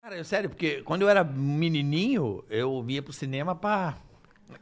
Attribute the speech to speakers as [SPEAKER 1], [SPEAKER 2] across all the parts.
[SPEAKER 1] Cara, é sério, porque quando eu era menininho, eu via pro cinema pra...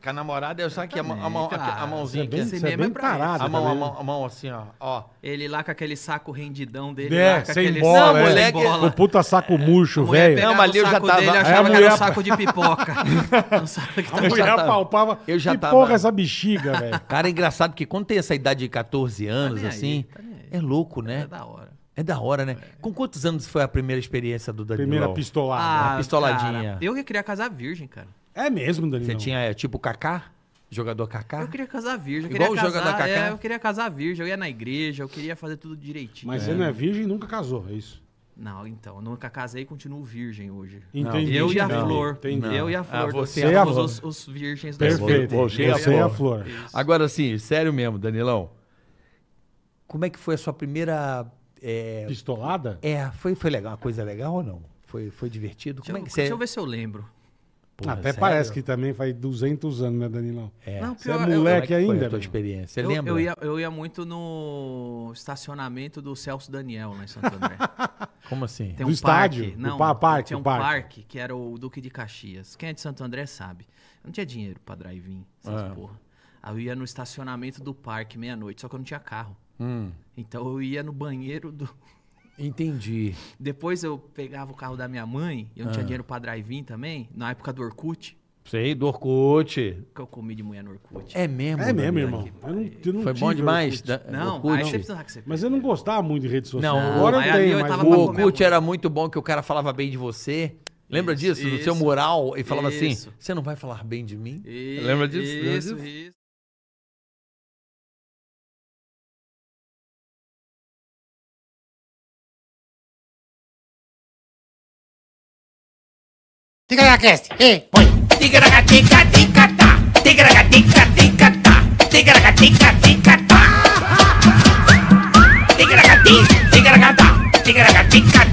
[SPEAKER 1] Com a namorada, eu sabe que a, mão- a mão- a-
[SPEAKER 2] cara.
[SPEAKER 1] a mãozinha
[SPEAKER 2] Isso é
[SPEAKER 1] aqui.
[SPEAKER 2] bem-
[SPEAKER 1] assim.
[SPEAKER 2] isso é bem
[SPEAKER 3] pra isso.
[SPEAKER 2] parado
[SPEAKER 1] A mão, a
[SPEAKER 2] também.
[SPEAKER 1] mão, a mão assim, ó. ó.
[SPEAKER 4] Ele lá com aquele saco rendidão dele.
[SPEAKER 2] É,
[SPEAKER 4] lá, com
[SPEAKER 2] sem
[SPEAKER 4] aquele
[SPEAKER 2] bola,
[SPEAKER 4] saco
[SPEAKER 2] é.
[SPEAKER 4] sem
[SPEAKER 1] Moleque-
[SPEAKER 4] bola.
[SPEAKER 2] O puta saco murcho,
[SPEAKER 4] A mulher
[SPEAKER 2] velho.
[SPEAKER 4] pegava
[SPEAKER 1] Não, mas
[SPEAKER 4] o
[SPEAKER 1] ali eu já
[SPEAKER 4] saco
[SPEAKER 1] tava-
[SPEAKER 4] dele e
[SPEAKER 1] Aí a
[SPEAKER 4] achava que era
[SPEAKER 2] mulher-
[SPEAKER 4] um saco de pipoca. Não sabe o que
[SPEAKER 2] A
[SPEAKER 4] tá
[SPEAKER 1] Eu já
[SPEAKER 2] mulher
[SPEAKER 1] tava-
[SPEAKER 2] palpava.
[SPEAKER 1] eu já
[SPEAKER 2] que
[SPEAKER 1] tava-
[SPEAKER 2] porra é essa bexiga, velho?
[SPEAKER 1] Cara, é engraçado que quando tem essa idade de 14 anos,
[SPEAKER 4] nem aí,
[SPEAKER 1] assim,
[SPEAKER 4] tá nem aí.
[SPEAKER 1] é louco,
[SPEAKER 4] É
[SPEAKER 1] né?
[SPEAKER 4] da hora.
[SPEAKER 1] É da hora, né? Com quantos anos foi a primeira experiência do Danilo?
[SPEAKER 2] Primeira pistolada.
[SPEAKER 1] uma pistoladinha.
[SPEAKER 4] Ah, eu que queria casar virgem, cara.
[SPEAKER 2] É mesmo, Danilo?
[SPEAKER 1] Você tinha, é, tipo, Kaká? Jogador Kaká?
[SPEAKER 4] Eu queria casar virgem. Eu
[SPEAKER 1] Igual
[SPEAKER 4] queria
[SPEAKER 1] o jogador
[SPEAKER 4] casar,
[SPEAKER 1] Kaká?
[SPEAKER 4] é, eu queria casar virgem. Eu ia na igreja, eu queria fazer tudo direitinho.
[SPEAKER 2] Mas você não é virgem e nunca casou, é isso?
[SPEAKER 4] Não, então, eu nunca casei e continuo virgem hoje.
[SPEAKER 2] Entendi.
[SPEAKER 4] eu e a
[SPEAKER 2] Não,
[SPEAKER 4] Flor.
[SPEAKER 2] entendi.
[SPEAKER 4] Eu e a Flor.
[SPEAKER 1] Ah, você
[SPEAKER 2] e a
[SPEAKER 4] somos
[SPEAKER 2] Flor.
[SPEAKER 4] os, os virgens da
[SPEAKER 2] Perfeito.
[SPEAKER 1] Vou- vou-
[SPEAKER 2] Você
[SPEAKER 1] vou-
[SPEAKER 2] é a
[SPEAKER 1] vou-
[SPEAKER 2] flor.
[SPEAKER 1] Agora sim, sério mesmo, Danilão. Como é que foi a sua primeira. É,
[SPEAKER 2] Pistolada?
[SPEAKER 1] é, foi, foi legal? Uma coisa legal ou não? Foi, foi divertido?
[SPEAKER 4] Deixa,
[SPEAKER 1] Como é
[SPEAKER 4] eu-
[SPEAKER 1] que você.
[SPEAKER 4] deixa eu ver se eu lembro.
[SPEAKER 1] Porra,
[SPEAKER 2] Até
[SPEAKER 1] sério?
[SPEAKER 2] parece que também faz 200 anos, né, Danilão?
[SPEAKER 1] É.
[SPEAKER 4] Não,
[SPEAKER 2] Você
[SPEAKER 4] pior,
[SPEAKER 2] é
[SPEAKER 4] eu-
[SPEAKER 1] Como é
[SPEAKER 2] moleque
[SPEAKER 1] que foi
[SPEAKER 2] ainda?
[SPEAKER 1] a tua
[SPEAKER 2] velho?
[SPEAKER 1] experiência? Você
[SPEAKER 4] Eu,
[SPEAKER 1] lembra?
[SPEAKER 4] eu ia, eu ia muito no estacionamento do Celso Daniel lá em Santo André.
[SPEAKER 1] Como assim?
[SPEAKER 4] Tem
[SPEAKER 2] Do
[SPEAKER 4] um
[SPEAKER 2] estádio?
[SPEAKER 4] parque.
[SPEAKER 2] Do
[SPEAKER 4] Não,
[SPEAKER 2] pa- parque,
[SPEAKER 4] tinha um
[SPEAKER 2] parque.
[SPEAKER 4] parque. que era o Duque de Caxias. Quem é de Santo André sabe. Eu não tinha dinheiro pra drive-in, essas
[SPEAKER 1] Ah.
[SPEAKER 4] porra. Aí eu ia no estacionamento do parque meia-noite, só que eu não tinha carro.
[SPEAKER 1] Hum,
[SPEAKER 4] Então eu ia no banheiro do.
[SPEAKER 1] entendi.
[SPEAKER 4] Depois eu pegava o carro da minha mãe, eu não
[SPEAKER 1] Ah.
[SPEAKER 4] tinha dinheiro pra drive-in também, na época do Orkut,
[SPEAKER 1] Sei, do Orkut.
[SPEAKER 4] que eu comi de mulher no Orkut.
[SPEAKER 1] É mesmo?
[SPEAKER 2] É mesmo,
[SPEAKER 1] Danilo?
[SPEAKER 2] irmão. Eu não, eu não
[SPEAKER 1] Foi bom
[SPEAKER 2] tive
[SPEAKER 1] demais.
[SPEAKER 2] Orkut.
[SPEAKER 1] Da-
[SPEAKER 4] Não,
[SPEAKER 1] É, Orkut.
[SPEAKER 4] aí você precisa que você
[SPEAKER 2] Mas eu não gostava muito de rede social.
[SPEAKER 1] Não,
[SPEAKER 2] agora
[SPEAKER 4] aí
[SPEAKER 2] eu
[SPEAKER 4] ali
[SPEAKER 2] tenho,
[SPEAKER 4] eu
[SPEAKER 2] mas
[SPEAKER 4] tava
[SPEAKER 1] O
[SPEAKER 4] pra
[SPEAKER 2] o-
[SPEAKER 4] comer
[SPEAKER 1] Orkut
[SPEAKER 4] a-
[SPEAKER 1] era muito bom que o cara falava bem de você. Lembra
[SPEAKER 4] Isso,
[SPEAKER 1] disso? Do seu
[SPEAKER 4] isso.
[SPEAKER 1] moral. E falava
[SPEAKER 4] Isso.
[SPEAKER 1] assim: você não vai falar bem de mim?
[SPEAKER 4] E-
[SPEAKER 1] Lembra disso? Lembra
[SPEAKER 4] Isso,
[SPEAKER 1] disso?
[SPEAKER 4] isso.
[SPEAKER 5] Diga na cast, ei, põe.
[SPEAKER 6] Tigra-ga-tica, tigra-ga-tá, tigra-ga-tica,